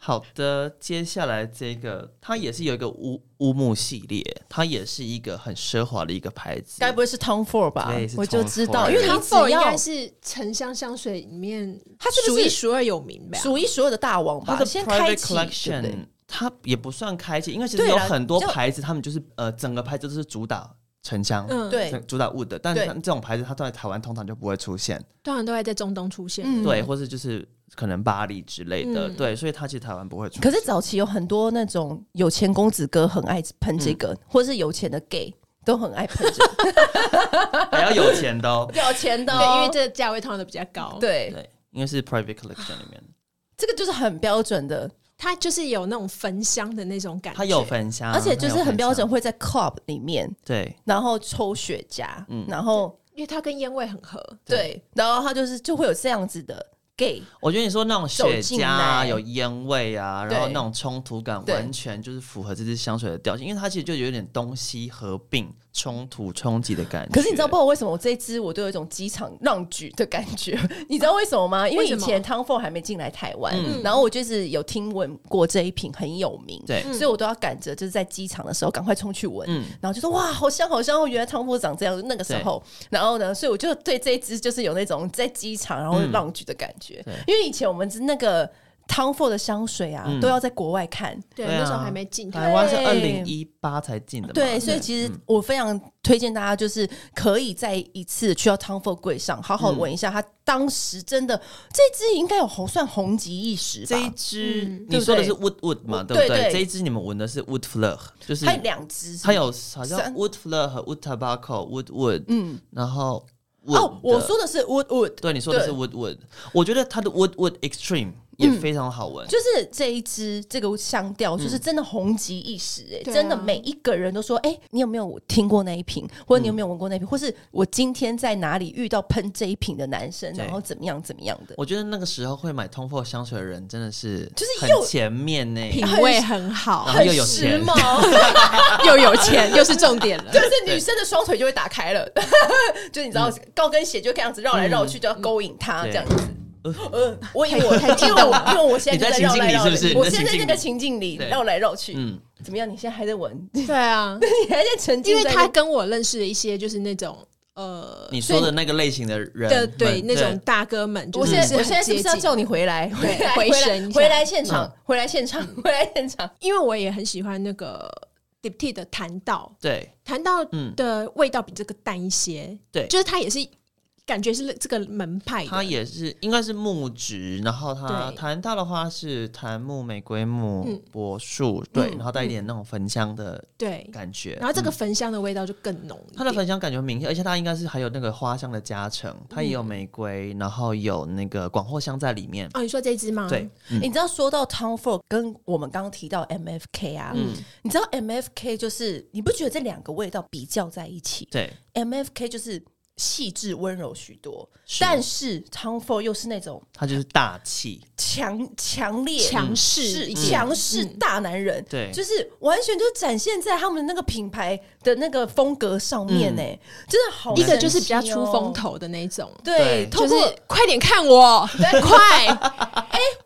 好的，接下来这个它也是有一个乌乌木系列，它也是一个很奢华的一个牌子，
该不会是 Tom Ford 吧
对？是
我就
Tom
知
Ford
道，因为你
唐
只
否应
要
该是沉香香水里面
它是不
数
是
一数二有名吧？
数一数二的大王
它
吧，
的
先
private
开启，对不对
collection，它也不算开启，因为其实
对
有
啦
很多
比较
牌子，他们就是呃整个牌子都是主打沉香，
嗯，
对
整主打物的，但
对
它这种牌子它在台湾通常就不会出现，
当然都还在中东出现。
嗯
对，或是就是可能巴黎之类的，
嗯
对，所以它其实台湾不会出现。
可是早期有很多那种有钱公子哥很爱喷这个，或是有钱的 gay 都很爱喷这个，，
还要有钱的哦
有钱的、
对，因为
这
这个价位通常都比较高。，
对
对，因为是 private collection 里面。
这个就是很标准的，
它就是有那种焚香的那种感觉。
它有焚香，
而且就是很标准，
它有
会在 club 里面，
焚香。对，
然后抽雪茄，
嗯
然后
因为它跟烟味很合。
对，嗯然后他就是就会有这样子的 gay，
我觉得你说那种
走
雪
进
茄啊，
来
有烟味啊，然后
对
那种冲突感，
对
完全就是符合这支香水的调性，因为它其实就有点东西合并、冲突、冲击的感觉。
可是你知道不知道为什么我这一支我都有一种机场让举的感觉？ 你知道为什么吗？因为
为什
以
么
前 Tom Ford 还没进来台湾，
嗯
然后我就是有听闻过这一瓶很有名，
对
所以我都要赶着就是在机场的时候赶快冲去闻。
嗯
然后就说哇，好香好香！哦，原来汤姆长这样。那个时候，然后呢，所以我就对这一支就是有那种在机场然后
嗯
浪举的感觉，
对
因为以前我们是那个汤 o 的香水啊，
嗯
都要在国外看。
对，
对啊
那时候还没进
台湾是二
对
零一八才进的嘛，嗯
对，所以其实我非常推荐大家，就是可以再一次去到汤 o 柜上，好
嗯
好闻一下。它当时真的这支应该有红算红极一时
这一
吧？
支
嗯
你说的是
对
wood wood 嘛，
对
对不
对
这一支你们闻的是 wood flower，就是
它有两支是不
它
是，
有好像
三
wood flower 和 wood tobacco、wood wood，
嗯，
然后 wood
哦，我
的
说的是 Wood Wood，
对，你说的是
对嗯
Wood Wood，我觉得它的 Wood Wood Extreme 也非常好闻。
就是这一支这个香调，
嗯
就是真的红极一时、哎、
对啊
真的每一个人都说，哎、你有没有听过那一瓶，或者你有没有闻过那
嗯
一瓶，或是我今天在哪里遇到喷这一瓶的男生，
对
然后怎么样怎么样的，
我觉得那个时候会买 Tom Ford 香水的人真的是
就是
很
又
前面呢、
品味很好
然，后
很
又有
时
钱
髦，
又有 钱，又是重点了
就。是女生的双腿就会打开了， 就你知道、高跟鞋就这样子绕来绕去，就要勾引他
嗯对
这样子。呃，我以为我
太激
因
动
为我
了
因为我现
你
在
在
就绕
情境
来
里
绕
是不
去，
是
我
你在
现在
情
在
境
那个
里
情境里
对
绕来绕去，
嗯，
怎么样？你现在还在闻？
对啊，
你还在沉浸
因
在
为
那个？
他跟我认识的一些就是那种呃
你说的那个类型的人
的
们，
对那种大哥们，
我
就
现
是是
在我
很
现在是不
接
是要
近
叫你回来？
对
回来
回
来
神一下
回来现场
嗯，
回来现场， 回来现场。
因为我也很喜欢那个 d i p t y 的檀道，
对，
檀道
嗯，
的味道比这个淡一些，
对
就是它也是感觉是这个门派
它
的，
也是应该是木质，然后它
对
檀它的话是檀木、玫瑰木
嗯、
柏树，对，
嗯
然后带一点那种焚香的
对，
感觉。
然后这个
嗯
焚香的味道就更浓一点，
它的焚香感觉明显，而且它应该是还有那个花香的加成，
嗯
它也有玫瑰，然后有那个广藿香在里面。
哦，你说这支吗？
对，，
欸你知道说到 Tom Ford 跟我们刚刚提到 MFK 啊，
嗯
你知道 MFK 就是你不觉得这两个味道比较在一起
对，
？MFK 就是细致温柔许多，
是
但是 Tom Ford 又是那种
它就是大气，
强强烈
嗯
强势
是
一点
强势
嗯
大男人，
对
就是完全就展现在他们那个品牌的那个风格上面呢、真的好
嗯一
神奇哦、
个哦就是比较出风头的那种，
对，
对
透
就是
过、
快点看我， 快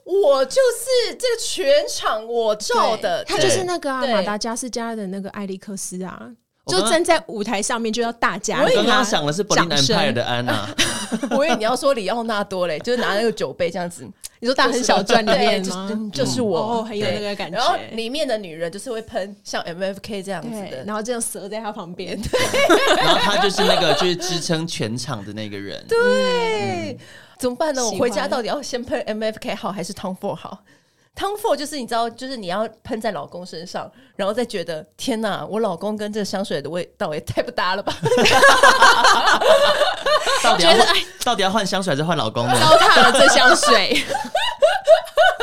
我就是这个全场我照的，
他
对
就是那个啊
对
马达加斯加的那个艾利克斯啊，
我
就
刚
站
刚
在舞台上面就要大家。啊
我刚刚想的是柏林南
掌声
派的安娜，
我以为你要说里奥纳多嘞，就是拿那个酒杯这样 子，
你说《大亨小传》里面
对
吗？
就是嗯就是我
哦，很有
对
那个感觉。
然后里面的女人就是会喷像 M F K 这样子
对，
的，
然后这样蛇在他旁 边，
然后她就是那个就是支撑全场的那个人。
对，嗯怎么办呢？我
喜欢
回家到底要先喷 M F K 好还是 Tom Ford 好？Tom Ford 就是你知道，就是你要喷在老公身上，然后再觉得天哪，我老公跟这个香水的味道也太不搭了吧？
到底要
觉得
换
哎
到底要换香水还是换老公呢？
糟蹋了这香水。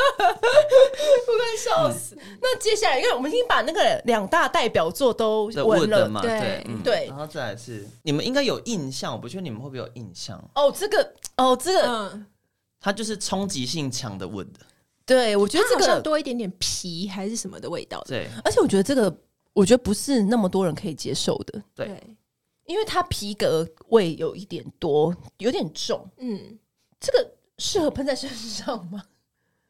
我快笑死！那接下来，因为我们已经把那个两大代表作都
的
闻
wood
了
嘛，
对
对嗯
对
然后再来是你们应该有印象，我不确定你们会不会有印象，
哦，这个哦，这个、
嗯，
它就是冲击性强的 wood，
对我觉得
它
这
好像
个，
多一点点皮还是什么的味道。
对
而且我觉得这个，我觉得不是那么多人可以接受的，
对，
因为它皮革味有一点多，有点重。
嗯，
这个适合喷在身上 吗？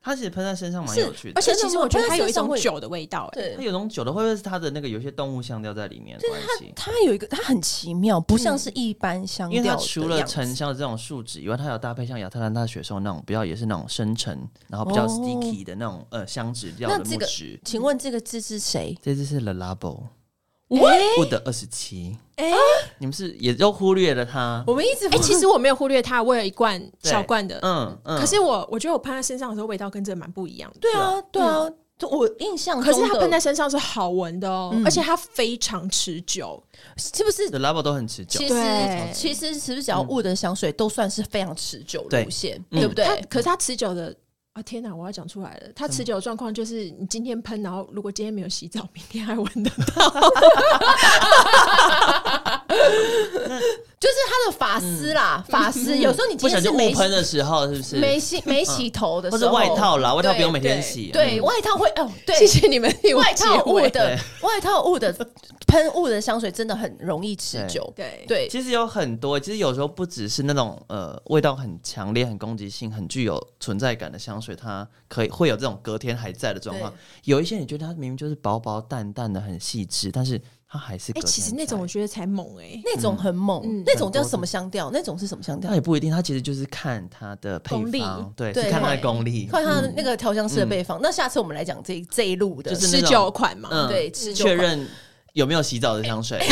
它其实喷在身上蛮
是
有趣
而
的，
且其实我觉得它有一
真的
种
我觉
酒的味道、哎，
对
它，有种酒的，会不会是它的那个有一些动物香料在里面的关系？
它有一个，它很奇妙，不像是一般香
因
调的
为它
样子。
除了沉香的这种树脂以外，它有搭配像亚特兰大雪松那种比较也是那种深沉，然后比较
哦
sticky 的那种、呃香脂调
那
的
这
木
个
质。
请问这个字是谁？
这只是 The Labo
我
Wood 二十七，
哎、
你们是也都忽略了它。
我们一直
哎、其实我没有忽略它，我有一罐小罐的，
嗯嗯，
可是我我觉得我喷在身上的时候，味道跟这个蛮不一样的。
对啊，对啊，就我印象中
可
的，
是它喷在身上是好闻的哦，而且它非常持久。
是不是？
The Labo 都很持久
其。实
对
其实是不是只要雾的香水都算是非常持久的
嗯对
路线，
嗯
对不对？
它可是它持久的啊，天哪，我要讲出来了。它持久的状况就是，你今天喷，然后如果今天没有洗澡， 明天还闻得到。
就是它的发丝啦，发丝有时候你
嗯不
今
小
天是
心误
没
喷的时候，是不是？嗯
没洗没洗头的时
或
候，
是外套啦，外套不用每天
对
洗。
对
嗯
外套会哦，对，
谢谢你们替我
外
结
套雾
尾。
的外套雾的喷雾的香水真的很容易持久，
对
对，
其实有很多，其实有时候不只是那种呃味道很强烈、很攻击性、很具有存在感的香水，它可以会有这种隔天还在的状况
对。
有一些你觉得它明明就是薄薄淡淡的、很细致，但是它还是
哎、
隔天
其实那
在
种我觉得才猛哎、
那种很猛，
嗯
那种叫什么香调？那种是什么香调
它？也不一定，它其实就是看它的配
功力
方，对，
对
是看它的功力。
看它的那个调香师的配方。那下次我们来讲这一这一路的，
嗯就是
持
那种
久款嘛。
嗯
对持久
确
款
认有没有洗澡的香水。
哎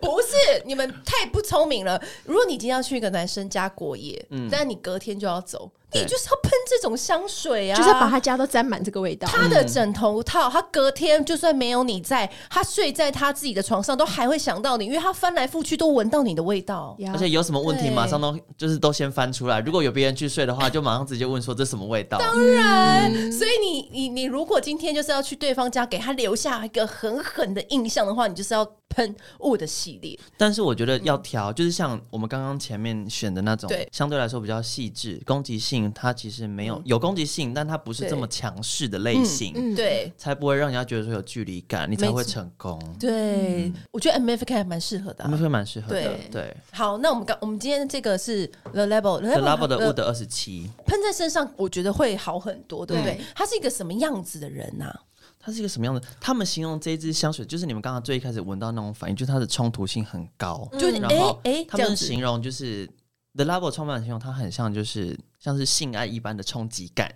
不是你们太不聪明了。如果你今天要去一个男生家过夜，但你隔天就要走，你
对
就是要喷这种香水啊，
就是要把他家都沾满这个味道。
他的枕头套，他隔天就算没有你在，他睡在他自己的床上都还会想到你，因为他翻来覆去都闻到你的味道。
呀
而且有什么问题，
对
马上都就是都先翻出来。如果有别人去睡的话，就马上直接问说这什么味道。
当然，所以你你你如果今天就是要去对方家，给他留下一个很狠的印象的话，你就是要喷雾的系列。
但是我觉得要挑，就是像我们刚刚前面选的那种，
对嗯
相对来说比较细致，攻击性它其实没有、有攻击性，但它不是这么强势的类型，
嗯
对
才不会让人家觉得说有距离感，你才会成功。
嗯
对，我觉得 M F K 还蛮适合的
他
啊、
们会蛮适合的
对，
对。
好，那我们刚我们今天这个是 The Level
The Love 的
呃
Wood 二十七，
喷在身上，我觉得会好很多，对不对
对？
他是一个什么样子的人呐、啊？
它是一个什么样的？他们形容这支香水，就是你们刚刚最一开始闻到那种反应，就是它的冲突性很高。
就是
然
哎
后
哎，
他
这样
们
子
形容就是 The Labo 创办人形容它很像就是像是性爱一般的冲击感，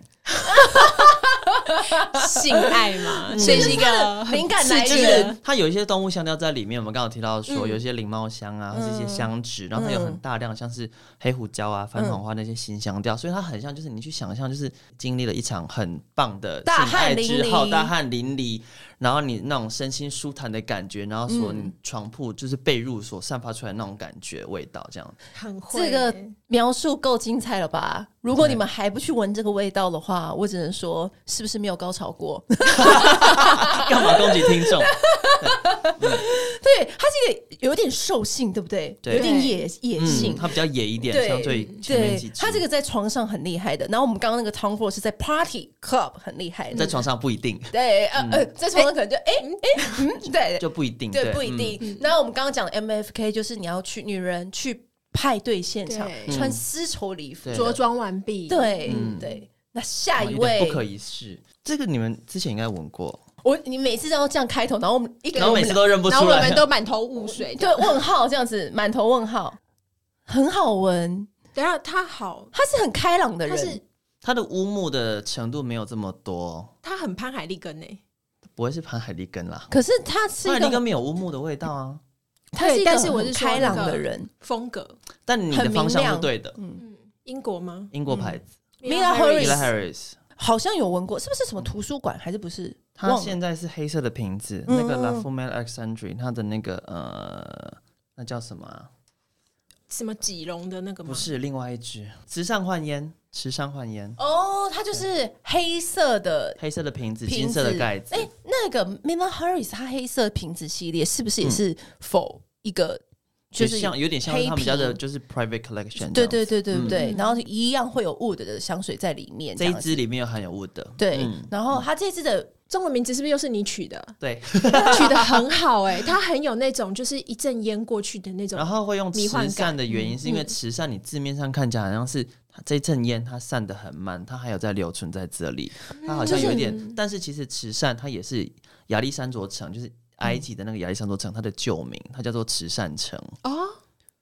性爱嘛，所以嗯是一个很
灵感来
刺激
源
的。
它有一些动物香料在里面，我们刚刚有提到
嗯
说有一些灵猫香啊，或是一些香脂，然后它有很大量像是黑胡椒啊、番黄花
嗯
那些新香调，所以它很像就是你去想象，就是经历了一场很棒的
大
性爱
汗淋
之后，
漓
大汗淋漓，然后你那种身心舒坦的感觉，然后所
嗯
你床铺就是被褥所散发出来的那种感觉味道，这样
很会
这个描述够精彩了吧？如果你们还不去闻这个味道的话，我只能说是不是没有高潮过？
干嘛攻击听众？
对，它是一个有点兽性，对不对？
对
有点野野性
嗯，。它比较野一点，
对
相对前面
对
几，支
它这个在床上很厉害的。然后我们刚刚那个 Tom Ford 是在 Party Club 很厉害
在
的，
床上不一定，
对，呃呃，在床上可能就哎哎嗯，对，
就不一定，
对，不一
嗯
定。然后我们刚刚讲的 MFK 就是你要去女人去派对现场
对
穿丝绸礼服，
对
着装完毕，，嗯
对对。那下
哦
一
有点
位
不可一世。这个你们之前应该闻过，
我你每次都要这样开头，然后我们一个
然后每次都认不
然
出
后我
来
们。 都满头雾水。
对问号这样子，满头问号，很好闻。
等一下他好，
他是很开朗的
他
人，
是
它的乌木的程度没有这么多，
他很潘海利根欸呢、
不会是潘海利根啦。
可是他是
潘
一
海利
个
根没有乌木的味道啊，
他是一
对
个
但是我是
很
说
开朗
那
的
个
人，
风格，
但你
很
的
明
方向
亮嗯
是对的。
嗯，英国吗
英国牌子
Mila
e
Harris
l a Harris，
好像有闻过，是不是什么图书馆还是不是？
它
忘了
现在是黑色的瓶子，
嗯
那个 La
嗯嗯
f u m e l Alexandri，它的那个呃，那叫什么啊？
什么几龙的那个吗？
不是另外一支，慈善换烟，慈善换烟，
哦，它就是黑色的
黑色的瓶子，
瓶
金
子，
色的盖子
哎、。那个 Mima Harris 它黑色瓶子系列是不是也
嗯
是否一个
就
就是
像有点像
黑
是他们家的，
瓶
就是 private collection 这
对对
样子。
对对
嗯
对，
嗯
然后一样会有 Wood 的香水在里面，
这
样
一
子
支里面有含有 wood 的。
对，
嗯
然后它这支的
中文名字是不是又是你取 的？
对，
取的很好哎、它很有那种就是一阵烟过去的那种
然。后会用
迷幻
慈
感
善的原因，是因
嗯
为慈善你字面上看起来好像是它这一阵烟它散的很慢，它还有在留存在这里，
嗯
它好像有一点，但是其实慈善它也是亚历山卓城，
嗯
就是埃及的那个亚历山卓城，它的旧名它叫做慈善城，
嗯
哦，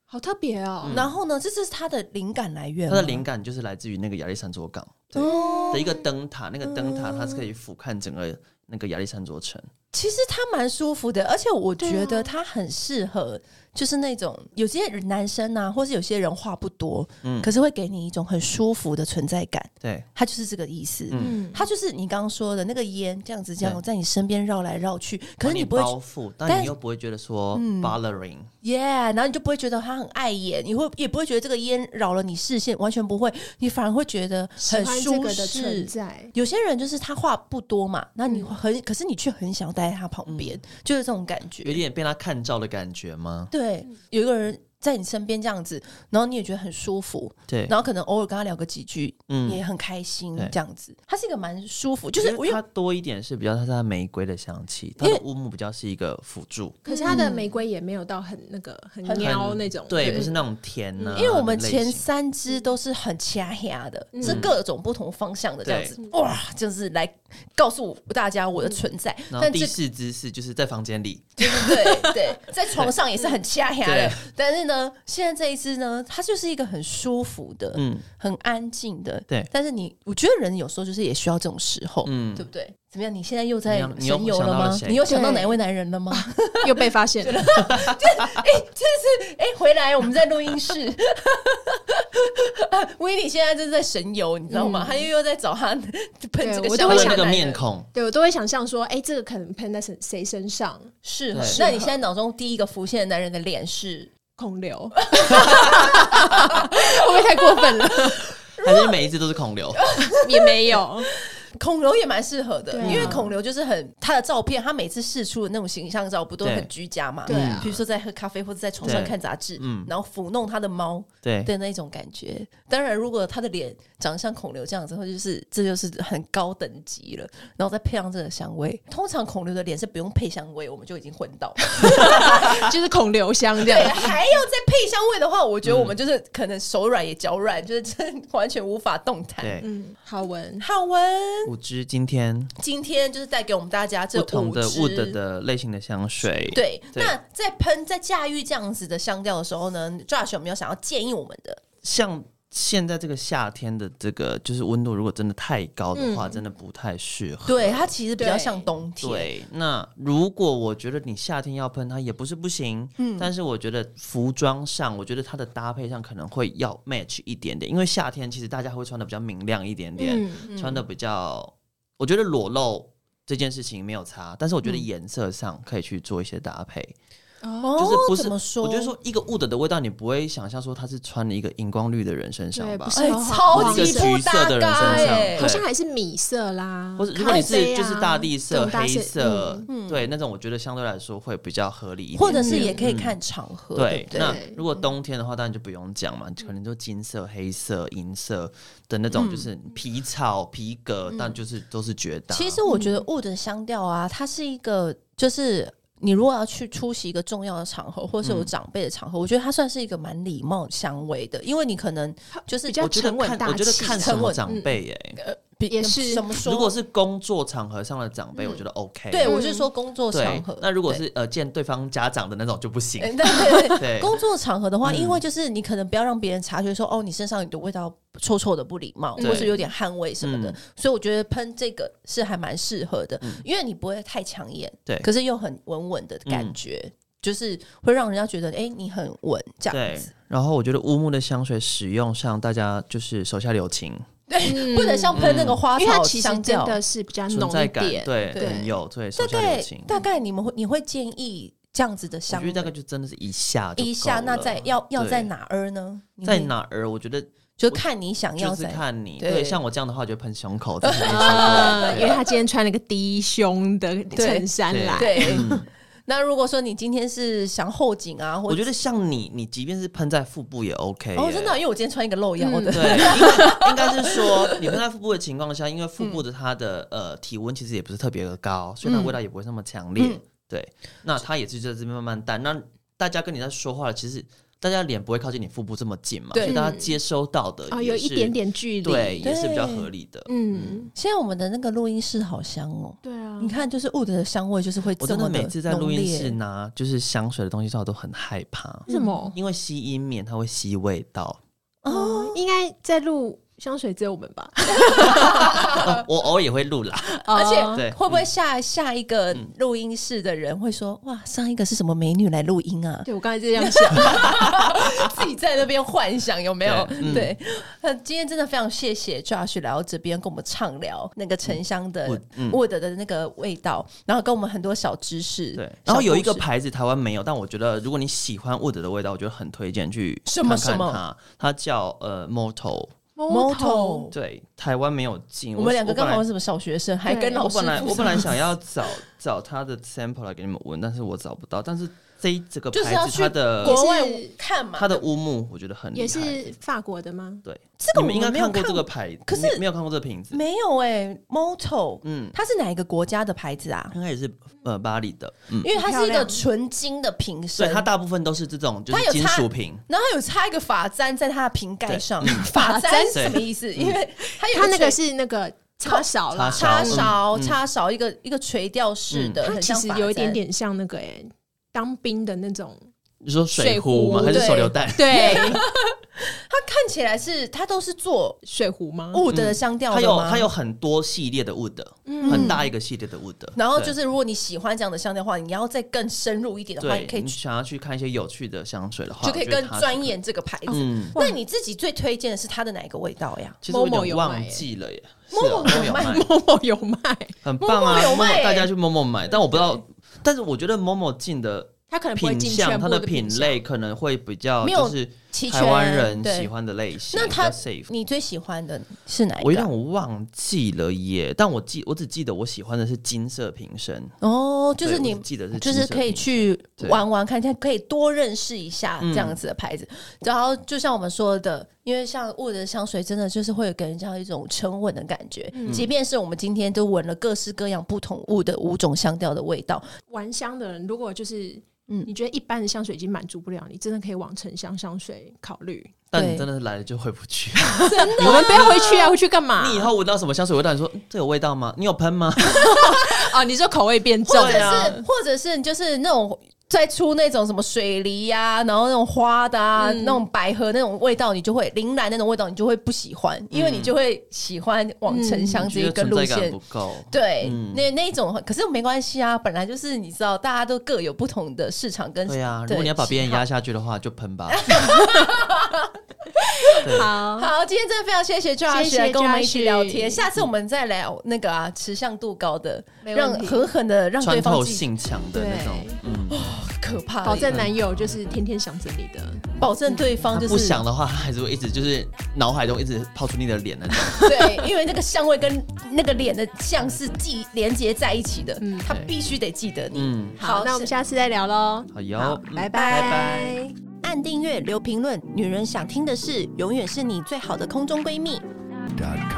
好特别哦。
然后呢，这是它的灵感来源
它
吗，
嗯的灵感就是来自于那个亚历山卓港对
哦
的一个灯塔，那个灯塔它是可以俯瞰整个那个亚历山卓城，
其实它蛮舒服的，而且我觉
对
得
啊
它很适合，就是那种有些男生啊，或是有些人话不多，
嗯
可是会给你一种很舒服的存在感，
对，
它就是这个意思。
嗯，
嗯，
它就是你刚刚说的那个烟，这样子这样
对
在你身边绕来绕去，可是
把
你
你
不会
包覆，但
但嗯
你又不会觉得说 bothering，
耶然后你就不会觉得它很碍眼，你会也不会觉得这个烟扰了你视线，完全不会，你反而会觉得
喜
很
欢这
舒
个的存
适。
在。嗯
有些人就是他话不多嘛，那你会很，可是你却很想待在他旁边，就是这种感觉。
有点被他看照的感觉吗？
对，有一个人在你身边这样子，然后你也觉得很舒服，
对，
然后可能偶尔跟他聊个几句，
嗯
也很开心
对
这样子。它是一个蛮舒服，就是我
我觉得
有
它多一点是比较它是它玫瑰的香气，它
因为
的乌木比较是一个辅助，
可是它的玫瑰也没有到很那个很
很
喵那种，
对，不是那种甜呢、
嗯因为我们
嗯的类型
前三支都是很掐牙的，
嗯
是各种不同方向的这样子，哇，就是来告诉大家我的存在。
然后
但
第
这
四支是就是在房间里，
对对，在床上也是很掐牙的
对，
但是呢，现在这一支呢，它就是一个很舒服的，
嗯
很安静的。
对
但是你，我觉得人有时候就是也需要这种时候，
嗯
对，不对？怎么样？你现在又在
怎么样你又
神游
想
了
到了
吗？
谁
你又想到哪一位男人了吗？
又被发 现了。
哎、回来，我们在录音室。 威利现在就是在神游，你知道吗？他又又在找他 喷这个
我
香
都会
它的
味
想
那个
来
面
的
孔，
对我都会想象说，哎，这个可能喷在谁谁身上？
适合
对。
那你现在脑中第一个浮现的男人的脸是？
孔刘， 会不会太过分了？
还是每一只都是 孔流，
也没有，
孔刘也蛮适合的，
对啊
因为孔刘就是很他的照片，他每次试出的那种形象照不都
对
很居家嘛？
对啊
比如说在喝咖啡或者在床上
对
看杂志，
嗯
然后抚弄他的猫
对，
的那种感觉。当然，如果他的脸长得像孔刘这样子，或就是这就是很高等级了，然后再配上这个香味。 通常孔刘的脸是不用配香味，我们就已经混 到了。
就是孔刘香这
对，啊
样。
还要再配香味的话，我觉得我们就是可能手软也脚软，就是真的完全无法动弹。
对，
嗯，好闻。
好文
五支今天
今天就是带给我们大家这
不同的
五支
wood 的类型的香水，，
对，
对
那在喷在驾驭这样子的香调的时候呢，Josh 有没有想要建议我们的？
像。现在这个夏天的这个就是温度，如果真的太高的话，真的不太适合。
对，它其实比较
嗯对
像冬天，
对，那如果我觉得你夏天要喷它也不是不行，
嗯
但是我觉得服装上，我觉得它的搭配上可能会要 match 一点点，因为夏天其实大家会穿的比较明亮一点点，
嗯，
穿的比较，我觉得裸露这件事情没有差，但是我觉得
嗯
颜色上可以去做一些搭配，
哦，
哦，
就是不
怎么
是，
说？
我觉得说一个 wood 的味道，你不会想象说它是穿了一个荧光绿的人身上
对，
吧
不？是
哎，
黄
超级
一个
不
橘
搭
色的人
嘎
身上
哎
好像还是米色啦，
或者如果你
咖啡
是
啊
就是大地
这
色、
种大
黑
色
色
嗯，
对那种，我觉得相对来说会比较合理一点。
或者是也可以看场合，
对
对，不对？嗯
那如果冬天的话，当然就不用讲嘛，可能就金色、黑色、银色的那种，就是皮草、皮革，但就是都是绝搭。
嗯其实我觉得雾的香调啊，它是一个就是。你如果要去出席一个重要的场合，或是有长辈的场合，我觉得它算是一个蛮礼貌香味的，因为你可能就是
比较
我觉得
沉稳
看，
大
我觉得
气
看什
沉
么
稳
长辈耶，
比
也是
怎么嗯说？嗯
如果是工作场合上的长辈，我觉得 OK。
对
对，
我是说工作场合，
那如果
对
是呃见对方家长的那种就不行。
哎 对对对，
对
工作场合的
嗯
话，因为就是你可能不要让别人察觉说哦，你身上有的味道臭臭的不礼貌，
对
或是有点汗味什么的
嗯，
所以我觉得喷这个是还蛮适合的，因为你不会太抢眼，
对嗯
可是又很稳稳的感觉，就是会让人家觉得哎，你很稳这样
对
子，，
然后我觉得乌木的香水使用上，大家就是手下留情，
对， 不能像喷那个花
嗯因为它
草
其实
香
真
调，
的是比较
哦存
浓
在
一
感
点，
对
对
很有对手
大
下留
概
情。
大概你们会你会建议这样子的
我
香
觉得大概就真的是一下就
一下，
够
那
了
在要要
对
在哪儿呢？你
在
会？
哪儿？我觉得
就
我
看你想要
就是
在
看你
对
对，像我这样的话，我就喷胸 口，这是一定
啊
是
因为他今天穿了个低胸的衬衫来，
对。 那如果说你今天是想后颈啊，或
嗯我
者
觉得像你，你即便是喷在腹部也 OK
哦，
耶
真的啊、因为我今天穿一个露腰的，
嗯对，因为应该是说你喷在腹部的情况下，因为腹
嗯
部的它的、呃体温其实也不是特别的高，所以它的味道也不会那么强烈。
嗯
对，那它也是在这边慢慢淡。那大家跟你在说话了，其实大家脸不会靠近你腹部这么近嘛，
对
所以大家接收到的
哦，
也
有一
是
点，点距离，
对，也是比较
对
合理的。
嗯，
现在我们的那个录音室好香哦，
对啊
你，看就是 wood 的香味就是会
我
这
真
么
的
的
每次在
浓
录音
烈嗯
室拿就是香水的东西之后都很害怕，
为什么？
因为吸音棉它会吸味道。
哦，
嗯应该在录香水只有我们吧？
呃我偶尔也会录 啦，
哦
而
对
且会不会下下一个录音室的人会说哇，上一个是什么美女来录音 啊？
对我刚才这样想，
自己在那边幻想有没有？
对嗯
对，那今天真的非常谢谢 Josh 来到这边跟我们畅聊那个沉香的
嗯嗯
Wood 的那个味道，然后跟我们很多小知识。
对，然后有一个
小故事
牌子台湾没有，但我觉得如果你喜欢 Wood 的味道，我觉得很推荐去
什
看
么
看它。
什么
它叫呃 Moto，
Moto
对，台湾没有进。
我们两个刚
本来
好是什么小学生，还跟
对
老
我
师
本来
不
我本来想要找找它的 sample 来给你们闻，但是我找不到。但是这一这个
就
牌
是要
子
去
它的
国外
也是
看嘛。
它的乌木，我觉得很厉
也
害。
是法国的吗？
对，
这个
你们应
我
该
没有
看过
看
这个牌子，
可是
你没有看过这个瓶子。
没有哎，Moto，
嗯，
它是哪一个国家的牌子啊？
应该也是呃巴黎的，嗯，
因为它是一个
漂亮
纯金的瓶
所
身
以，它大部分都是这种就
它有
是金
插
属瓶。
然后它有插一个发簪在它的瓶盖
对
上。 发簪是
嗯对嗯
什么意思？因为它有
他
垂
那个是那个插勺啦，
插
插
勺，
嗯嗯
插勺一个一个垂钓式的，
它
很
其
像
实
发
有一
簪
点。点像那个哎、当兵的那种，
你说
水
水壶吗？
壶
还是
对
手榴弹？
对，
它看起来是它都是做
水壶吗？
wood 的香调
它
的
嗯有
吗嗯
它有很多系列的 wood，、很大一个系列的 wood。
然后就是，如果你喜欢这样的香调的话，你要再更深入一点的话，
对，
你可以
你
去
想要去看一些有趣的香水的话，
就可以
我觉得
更
它是
钻
可以。
研这个牌子。
嗯，
那你自己最推荐的是它的哪一个味道呀？
其实我
Momo
有
有
点
卖
忘记了耶。是
，Momo
哦 Momo
有
有
卖
卖，
某某有 卖，
很棒啊
Momo 有卖耶
大家去 Momo 买，但我不知道，但是我觉得 Momo 进的
他可能不会
品
进
相，
全
它
部
的
品
品
相。
类可能会比较
没有
就是
齐全
台湾人
对
喜欢的类型，
那
比
它
较 safe。
你最喜欢的是哪一
我有
个啊？
点忘记了耶，但我记我只记得我喜欢的是金色瓶身，
哦，就是
对
你
我只记得是
就
金
是
色
可以
瓶身
去
对嗯
玩玩看看，可以多认识一下这样子的牌子。然后就像我们说的，因为像雾的香水，真的就是会给人家一种沉稳的感觉。
嗯
即便是我们今天都闻了各式各样不同雾的五种香调的味道，
玩香的人，如果就是
嗯
你觉得一般的香水已经满足不了，你真的可以往沉香香水考虑。
但
对
你真的是来了就回 不去。
我们不要回去啊，回去干嘛？
你以后闻到什么香水味道，你说嗯这有味道 吗？你有喷吗？
啊，你说口味变重
或者
对
是、
啊
或者是你就是那种。再出那种什么水梨呀、然后那种花的啊，那种百合那种味道，你就会铃兰那种味道，你就会不喜欢，因为你就会喜欢往沉香这
觉
一
得
个
存
路
在
线
感不 够。
对，
嗯
那那一种，可是没关系啊，本来就是你知道，大家都各有不同的市场跟
对啊，如果你要把别人
喜好
压下去的话，就喷
啊
吧。
好，
好，今天真的非常谢谢 Josh
谢谢
来跟我们一起
Josh
聊天，下次我们再聊那个啊，持向度高的，
没
让
问题
狠狠的让对
穿
方
透
自己
性强的那种，嗯，
可怕，
保证男友就是天天想着你的，
保证对方
他
就是
不想的话，他还是会一直就是脑海中一直抛出你的脸那种。
对，因为那个香味跟那个脸的像是记连接在一起的，他
对
必须得记得你。
嗯，
嗯好
好，那我们下次再聊喽。
好哟
好，
嗯
拜
拜
拜。
按订阅，留评论，女人想听的事，永远是你最好的空中闺蜜。
dot